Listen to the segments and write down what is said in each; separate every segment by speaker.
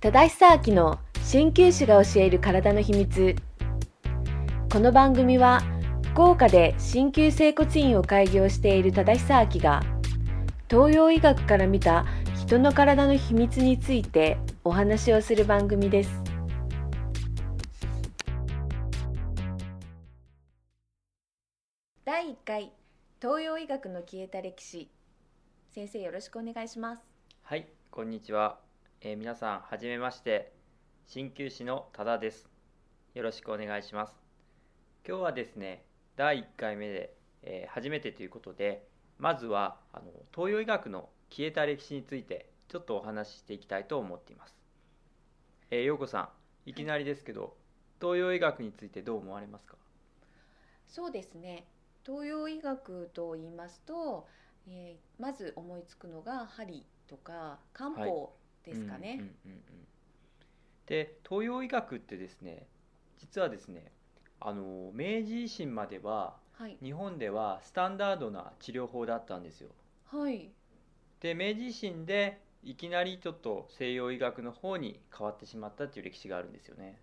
Speaker 1: 忠久明の鍼灸師が教える体の秘密この番組は福岡で鍼灸整骨院を開業している忠久明が東洋医学から見た人の体の秘密についてお話をする番組です第1回東洋医学の消えた歴史先生よろしくお願いします
Speaker 2: はい、こんにちは。えー皆さん、はじめまして。鍼灸師の多田です。よろしくお願いします。今日はですね、第1回目で、えー初めてということで、まずはあの東洋医学の消えた歴史について、ちょっとお話ししていきたいと思っています。えー、陽子さん、いきなりですけど、東洋医学についてどう思われますか
Speaker 1: そうですね東洋医学と言いますと、えーまず思いつくのが針とか漢方ですかね、
Speaker 2: うんうんうんうんで東洋医学ってですね実はですねあの明治維新までは
Speaker 1: はい
Speaker 2: 日本ではスタンダードな治療法だったんですよ。
Speaker 1: はい
Speaker 2: で明治維新でいきなりちょっと西洋医学の方に変わってしまったっていう歴史があるんですよね。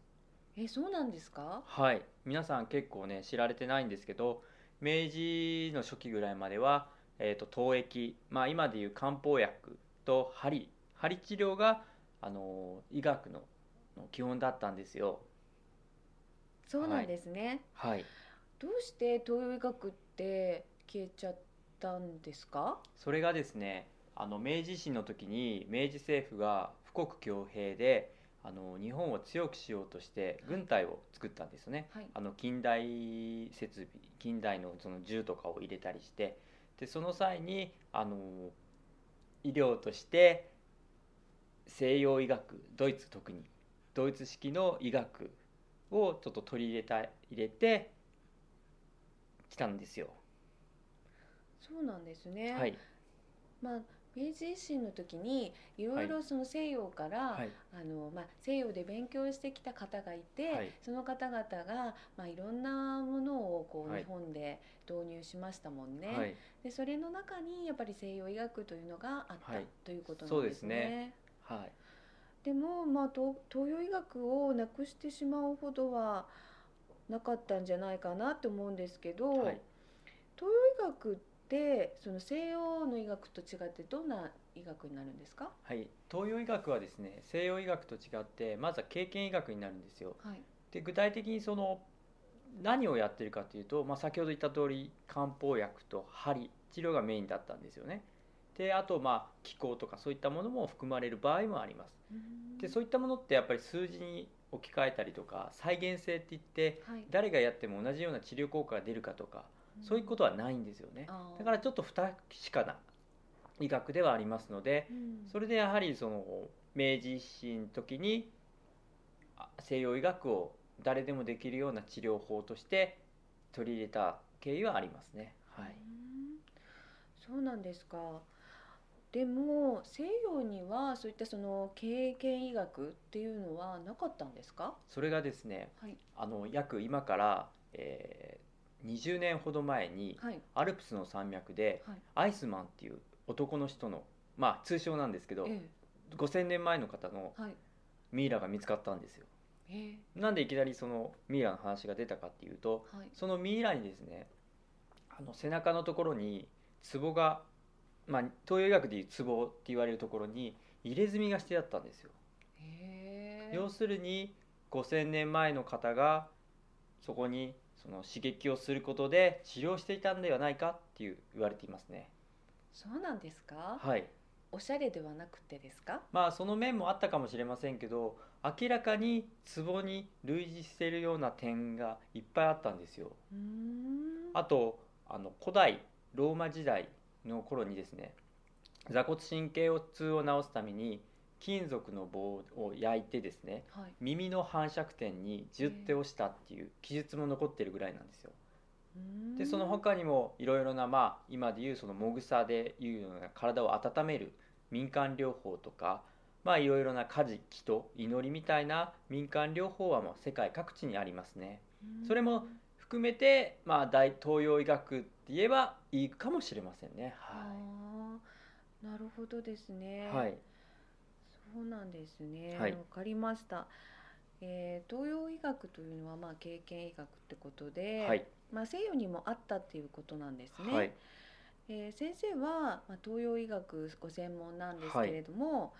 Speaker 1: えそうなんですか
Speaker 2: はい皆さん結構ね知られてないんですけど明治の初期ぐらいまでは、えー、と投液、まあ、今でいう漢方薬と針針治療が、あのー医学のの基本だったんですよ。
Speaker 1: そうなんですね、
Speaker 2: はい、
Speaker 1: どうして東洋医学って消えちゃったんですか
Speaker 2: それがですねあの明治維新の時に明治政府が富国強兵であの日本を強くしようとして軍隊を作ったんですよね。
Speaker 1: はい
Speaker 2: あの近代設備近代のその銃とかを入れたりしてでその際にあの医療として西洋医学ドイツ特にドイツ式の医学をちょっと取り入れた入れてきたんですよ。
Speaker 1: そうなんですね、
Speaker 2: はい、
Speaker 1: まあ明治維新の時にいろいろその西洋から、
Speaker 2: はい、
Speaker 1: あのまあ、西洋で勉強してきた方がいて、
Speaker 2: はい
Speaker 1: その方々が、まあ、いろんなものをこう
Speaker 2: はい
Speaker 1: 日本で導入しましたもんね、
Speaker 2: はい
Speaker 1: でそれの中にやっぱり西洋医学というのがあった、
Speaker 2: はい
Speaker 1: ということ
Speaker 2: そ
Speaker 1: な
Speaker 2: うんで
Speaker 1: です
Speaker 2: す
Speaker 1: ね
Speaker 2: ね。はい、
Speaker 1: でも、まあ、東東洋医学をなくしてしまうほどはなかったんじゃないかなと思うんですけど、
Speaker 2: はい
Speaker 1: 東洋医学ってその西洋の医学と違ってどんな医学になるんですか、
Speaker 2: はい、東洋医学はですね西洋医学と違ってまずは経験医学になるんですよ。
Speaker 1: はい
Speaker 2: で具体的にその何をやってるかというと、まあ、先ほど言った通り漢方薬と針治療がメインだったんですよね。であとまあ気候とかそういったものも含まれる場合もあります。でそういったものってやっぱり数字に置き換えたりとか再現性って言って
Speaker 1: はい、
Speaker 2: 誰がやっても同じような治療効果が出るかとかそういうことはないんですよね。
Speaker 1: あー
Speaker 2: だからちょっと不確かな医学ではありますので
Speaker 1: うん
Speaker 2: それでやはりその明治維新の時にあ西洋医学を誰でもできるような治療法として取り入れた経緯はありますね。は
Speaker 1: う
Speaker 2: い、
Speaker 1: んそうなんですか。でも西洋にはそういったその経験医学っていうのはなかったんですか。
Speaker 2: それがですね
Speaker 1: はい
Speaker 2: あの約今から、えー20年ほど前に
Speaker 1: はい
Speaker 2: アルプスの山脈で
Speaker 1: はい。
Speaker 2: アイスマンっていう男の人のまあ通称なんですけど
Speaker 1: え
Speaker 2: 5,000年前の方の
Speaker 1: えはい。
Speaker 2: ミイラが見つかったんですよ。
Speaker 1: え
Speaker 2: なんでいきなりそのミイラの話が出たかっていうと
Speaker 1: えはい。
Speaker 2: そのミイラにですねあの背中のところにツボが、まあ、東洋医学でいうツボって言われるところに入れ墨がしてあったんですよ、
Speaker 1: ええ
Speaker 2: 要するに5,000年前の方がそこにその刺激をすることで治療していたんではないかっていう言われていますね
Speaker 1: そうなんですか。
Speaker 2: はい
Speaker 1: おしゃれではなくてですか。
Speaker 2: まあその面もあったかもしれませんけど明らかにツボに類似しているような点がいっぱいあったんですよ
Speaker 1: うーん。
Speaker 2: あとあの古代ローマ時代の頃にですね座骨神経痛を治すために金属の棒を焼いてですね
Speaker 1: はい。
Speaker 2: 耳の反射点に10手をしたっていう記述も残ってるぐらいなんですよ。
Speaker 1: うーん
Speaker 2: でその他にもいろいろな、まあ、今でいうそのもぐさでいうような体を温める民間療法とか、まあ、いろいろな家事祈祷祈りみたいな民間療法はもう世界各地にありますね。それも含めて、まあ、大東洋医学って言えばいいかもしれませんね。
Speaker 1: あ
Speaker 2: は
Speaker 1: あーなるほどですね。
Speaker 2: い、はい。
Speaker 1: そうななんですね。
Speaker 2: はい
Speaker 1: わかりました。えー東洋医学というのはまあ経験医学ってことで、
Speaker 2: はい
Speaker 1: まあ西洋にもあったっていうことなんですね。
Speaker 2: はい
Speaker 1: えー先生は、まあ、東洋医学ご専門なんですけれども、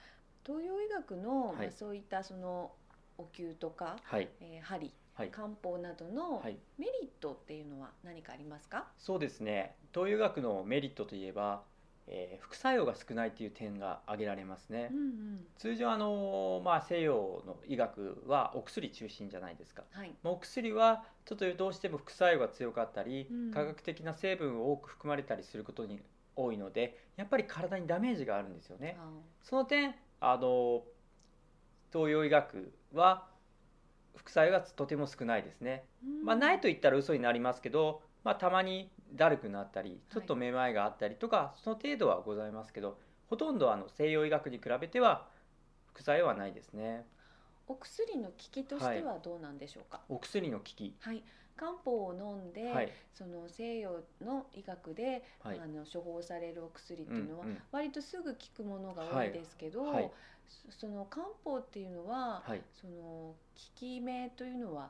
Speaker 1: 東洋医学の、
Speaker 2: はい
Speaker 1: まあ、そういったそのお灸とか、
Speaker 2: はい
Speaker 1: えー針、
Speaker 2: はい
Speaker 1: 漢方などの
Speaker 2: はい
Speaker 1: メリットっていうのは何かありますか？
Speaker 2: そうですね東洋医学のメリットといえば、えー副作用が少ないという点が挙げられますね、
Speaker 1: うんうん、
Speaker 2: 通常あの、まあ、西洋の医学はお薬中心じゃないですか
Speaker 1: はい、
Speaker 2: まあお薬はちょっとどうしても副作用が強かったり、
Speaker 1: うん
Speaker 2: 化学的な成分を多く含まれたりすることに多いのでやっぱり体にダメージがあるんですよね
Speaker 1: あ
Speaker 2: その点あの東洋医学は副作用がとても少ないですね、
Speaker 1: ーうん
Speaker 2: まあ、ないと言ったら嘘になりますけど、まあ、たまにだるくなったりちょっとめまいがあったりとか、その程度はございますけどほとんどあの西洋医学に比べては副作用はないですね
Speaker 1: お薬の効きとしてはどうなんでしょうか？
Speaker 2: お薬の効き
Speaker 1: はい、漢方を飲んで、
Speaker 2: はい
Speaker 1: その西洋の医学で、
Speaker 2: はい
Speaker 1: あの処方されるお薬って
Speaker 2: うん
Speaker 1: いううのは、
Speaker 2: ん
Speaker 1: 割とすぐ効くものが多
Speaker 2: はいい
Speaker 1: ですけど、
Speaker 2: はい
Speaker 1: そその漢方っていうのは、
Speaker 2: はい
Speaker 1: その効き目というのは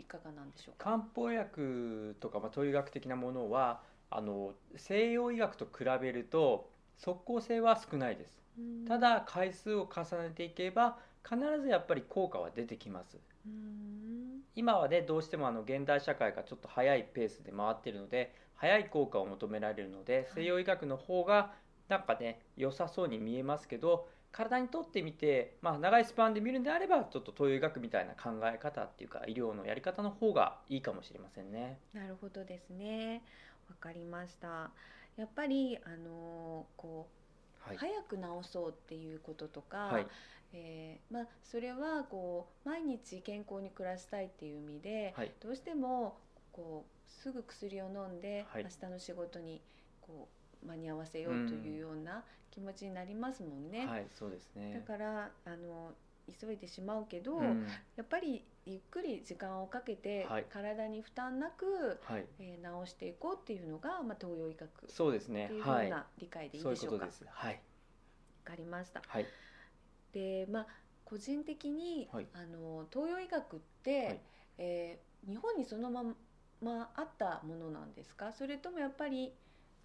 Speaker 1: いかがなんでしょうか。
Speaker 2: 漢方薬とか、まあ、東洋医学的なものはあの西洋医学と比べると即効性は少ないです
Speaker 1: うん
Speaker 2: た、だ回数を重ねていけば必ずやっぱり効果は出てきます
Speaker 1: うん
Speaker 2: 今はねどうしてもあの現代社会がちょっと早いペースで回ってるので早い効果を求められるので西洋医学の方がなんかね良さそうに見えますけど体にとってみて、まあ、長いスパンで見るんであればちょっと東洋医学みたいな考え方っていうか医療のやり方の方がいいかもしれませんね。
Speaker 1: なるほどですね。わかりました。やっぱりあのこ
Speaker 2: は
Speaker 1: う、
Speaker 2: い、
Speaker 1: 早く治そうっていうこととか、
Speaker 2: はい
Speaker 1: えーまあそれはこう毎日健康に暮らしたいっていう意味で、
Speaker 2: はい
Speaker 1: どうしてもこうすぐ薬を飲んで、
Speaker 2: はい
Speaker 1: 明日の仕事にこう間に合わせようというような気持ちになりますもんね。
Speaker 2: はい、そうですね。
Speaker 1: だからあの急いでしまうけど、
Speaker 2: うん、
Speaker 1: やっぱりゆっくり時間をかけて、
Speaker 2: はい
Speaker 1: 体に負担なく、
Speaker 2: はい、
Speaker 1: えー治していこうっていうのが、まあ、東洋医学って
Speaker 2: そうですね
Speaker 1: いう。よ
Speaker 2: は
Speaker 1: う
Speaker 2: い、
Speaker 1: な理解でいい
Speaker 2: そう
Speaker 1: で
Speaker 2: いう
Speaker 1: し
Speaker 2: こ
Speaker 1: ょう
Speaker 2: と
Speaker 1: か。
Speaker 2: です。はい、
Speaker 1: わかりました。
Speaker 2: はい、
Speaker 1: でまあ個人的に、
Speaker 2: はい
Speaker 1: あの東洋医学って、
Speaker 2: はい
Speaker 1: えー日本にそのままあったものなんですかそれともやっぱり、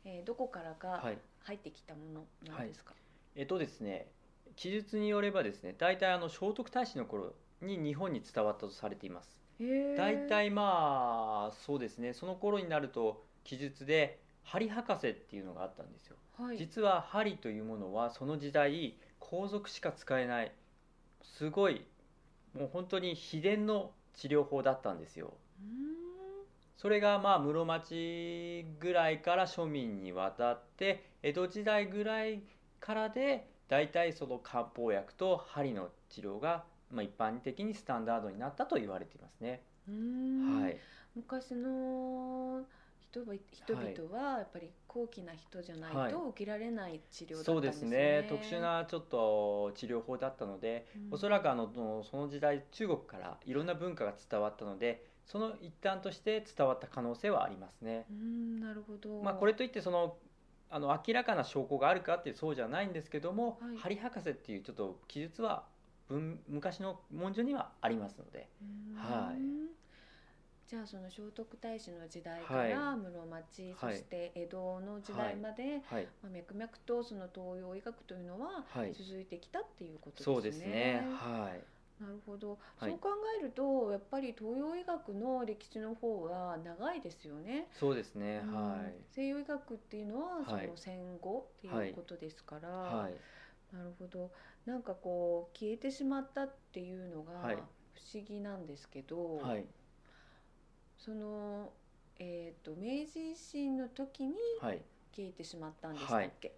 Speaker 1: えーどこから
Speaker 2: は
Speaker 1: か
Speaker 2: い。
Speaker 1: 入ってきたものなんですか、
Speaker 2: えっとですね、記述によればですね、大体あの聖徳太子の頃に日本に伝わったとされています。
Speaker 1: へー
Speaker 2: 大体まあそうですね、その頃になると記述で針博士っていうのがあったんですよ。
Speaker 1: はい、
Speaker 2: 実は針というものはその時代皇族しか使えないすごいもう本当に秘伝の治療法だったんですよ。
Speaker 1: うーん
Speaker 2: それがまあ室町ぐらいから庶民に渡って江戸時代ぐらいからで大体その漢方薬と針の治療がまあ一般的にスタンダードになったと言われていますね。
Speaker 1: うーん
Speaker 2: はい、
Speaker 1: 昔の人々人々はやっぱり高貴な人じゃな
Speaker 2: はいい
Speaker 1: と受けられない治療だった
Speaker 2: そ
Speaker 1: ん
Speaker 2: うで
Speaker 1: ですすね。
Speaker 2: ね特殊、なちょっと治療法だったので、おそ
Speaker 1: ら
Speaker 2: らくあのその時代中国からいろんな文化が伝わったのでその一端として伝わった可能性はありますね。
Speaker 1: く、うん、なるほど。
Speaker 2: まあ、これといってそのあの明らかな証拠があるかっていうそうじゃないんですけども、
Speaker 1: はい
Speaker 2: 針博士っていうちょっと記述は文昔の文書にはありますので、はい
Speaker 1: い。じゃあその聖徳太子の時代か
Speaker 2: は
Speaker 1: ら室町、
Speaker 2: はい
Speaker 1: そして江戸の時代まで、
Speaker 2: はい
Speaker 1: まあ、脈々とその東洋医学というのは
Speaker 2: はい、
Speaker 1: 続いてきたっていうことですね。
Speaker 2: そうですねはい
Speaker 1: なるほど、
Speaker 2: はい
Speaker 1: そう考えるとやっぱり東洋医学の歴史の方は長いですよね。
Speaker 2: そうですね
Speaker 1: うん
Speaker 2: はい、
Speaker 1: 西洋医学っていうのはそ
Speaker 2: はい
Speaker 1: の戦後っていうことですから、
Speaker 2: はい、
Speaker 1: なるほどなんかこう消えてしまったっていうのが
Speaker 2: はい
Speaker 1: 不思議なんですけど、
Speaker 2: はい
Speaker 1: その、えー、と明治維新の時に
Speaker 2: はい、
Speaker 1: 消えてしまったんでしたっけ、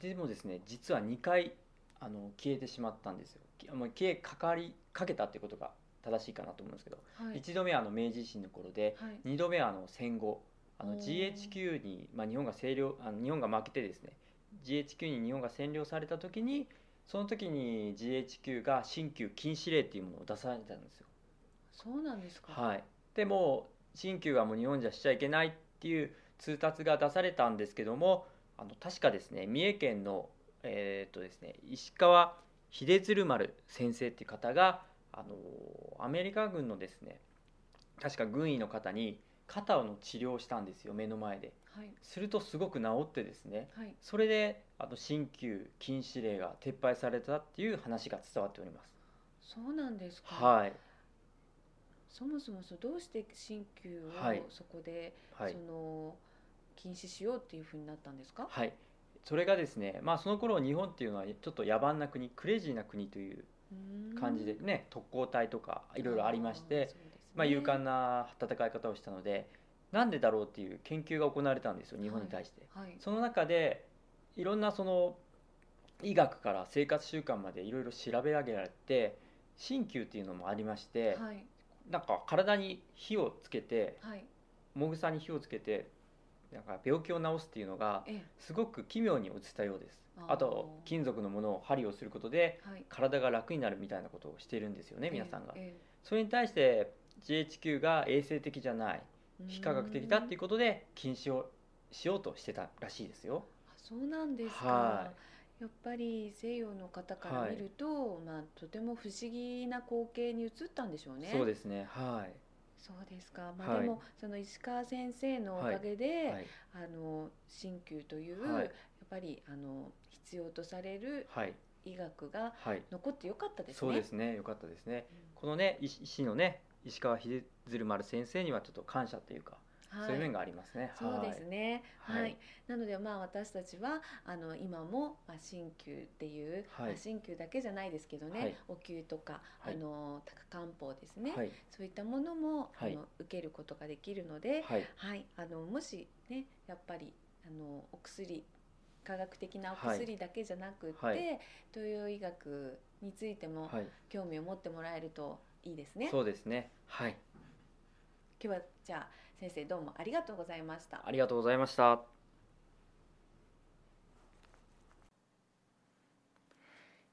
Speaker 2: でもですね実は2回あの消えてしまったんですよきあの消えかかりかけたってことが正しいかなと思うんですけど、
Speaker 1: はい
Speaker 2: 一度目はあの明治維新の頃で
Speaker 1: はい
Speaker 2: 2度目はあの戦後あ
Speaker 1: お
Speaker 2: の
Speaker 1: ー
Speaker 2: GHQ に、まあ、日本が占領あの日本が負けてですね GHQ に日本が占領された時にその時に GHQ が新旧禁止令っていうものを出されたんですよ。
Speaker 1: そうなんですか、
Speaker 2: はい、でもう新旧はもう日本じゃしちゃいけないっていう通達が出されたんですけどもあの確かですね三重県の、えーっとですね、石川秀鶴丸先生っていう方があのアメリカ軍のですね確か軍医の方に肩の治療をしたんですよ目の前で
Speaker 1: はい
Speaker 2: するとすごく治ってですね
Speaker 1: はい
Speaker 2: それであの新旧禁止令が撤廃されたっていう話が伝わっております
Speaker 1: そうなんですか、
Speaker 2: はい
Speaker 1: そもそもそうどうして鍼灸
Speaker 2: はい
Speaker 1: をそこで、
Speaker 2: はい
Speaker 1: その禁止しようっていうふうになったんですか、
Speaker 2: はいそれがですねまあその頃日本っていうのはちょっと野蛮な国クレイジーな国という
Speaker 1: うーん
Speaker 2: 感じでね特攻隊とかいろいろありまし
Speaker 1: ー
Speaker 2: て
Speaker 1: そうですね
Speaker 2: まあ勇敢な戦い方をしたのでなんでだろうっていう研究が行われたんですよ日本に対して。
Speaker 1: はい
Speaker 2: その中でいろんなその医学から生活習慣までいろいろ調べ上げられて鍼灸っていうのもありまして、
Speaker 1: はい
Speaker 2: なんか体に火をつけて
Speaker 1: はい
Speaker 2: もぐさに火をつけてなんか病気を治すっていうのが
Speaker 1: え
Speaker 2: すごく奇妙に映ったようです
Speaker 1: あー
Speaker 2: あと金属のものを針をすることで
Speaker 1: えはい
Speaker 2: 体が楽になるみたいなことをしているんですよね皆さんが、
Speaker 1: え
Speaker 2: それに対して GHQ が衛生的じゃない
Speaker 1: ええ
Speaker 2: 非科学的だっ
Speaker 1: う
Speaker 2: ていう
Speaker 1: ーん
Speaker 2: ことで禁止をしようとしてたらしいですよ
Speaker 1: あそうなんですか、
Speaker 2: は
Speaker 1: やっぱり西洋の方から
Speaker 2: はい
Speaker 1: 見ると、まあとても不思議な光景に映ったんでしょうね
Speaker 2: そうですねはい
Speaker 1: そうですか、まあ、
Speaker 2: はい
Speaker 1: でもその石川先生のおかげで、
Speaker 2: はい
Speaker 1: あの鍼灸という、
Speaker 2: はい
Speaker 1: やっぱりあの必要とされる
Speaker 2: はい
Speaker 1: 医学が
Speaker 2: はい
Speaker 1: 残ってよかったですね。
Speaker 2: そうですねよかったですね
Speaker 1: うん
Speaker 2: このね医師医師のね石川秀鶴丸先生にはちょっと感謝というか、
Speaker 1: はい、
Speaker 2: そういう面がありますね
Speaker 1: そうですね。
Speaker 2: はい
Speaker 1: はい、なのでまあ私たちはあの今もまあ鍼灸っていう、
Speaker 2: は
Speaker 1: ま
Speaker 2: い
Speaker 1: あ鍼灸だけじゃないですけどね、
Speaker 2: はい
Speaker 1: お灸とか、
Speaker 2: はい
Speaker 1: あの漢方ですね、
Speaker 2: はい
Speaker 1: そういったものも、
Speaker 2: はい
Speaker 1: あの受けることができるので、
Speaker 2: はい
Speaker 1: はい、あのもしねやっぱりあのお薬科学的なお
Speaker 2: はい
Speaker 1: 薬だけじゃなくて、
Speaker 2: はい
Speaker 1: 東洋医学についても
Speaker 2: はい
Speaker 1: 興味を持ってもらえるといいですね。
Speaker 2: そうですねはい
Speaker 1: 今日はじゃあ先生どうもありがとうございました
Speaker 2: あ。りがとうございました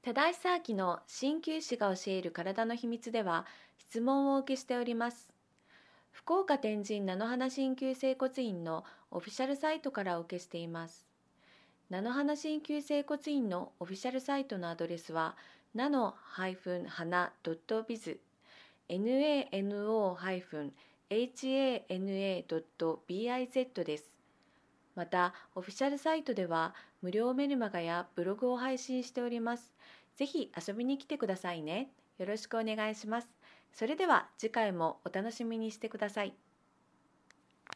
Speaker 3: 忠久明の鍼灸師が教える体の秘密では質問をお受けしております福岡天神菜の花鍼灸整骨院のオフィシャルサイトからお受けしています菜の花鍼灸整骨院のオフィシャルサイトのアドレスはなの花 .biz nano-hana.biz ですまたオフィシャルサイトでは無料メルマガやブログを配信しております。ぜひ遊びに来てくださいね。よろしくお願いします。それでは次回もお楽しみにしてください。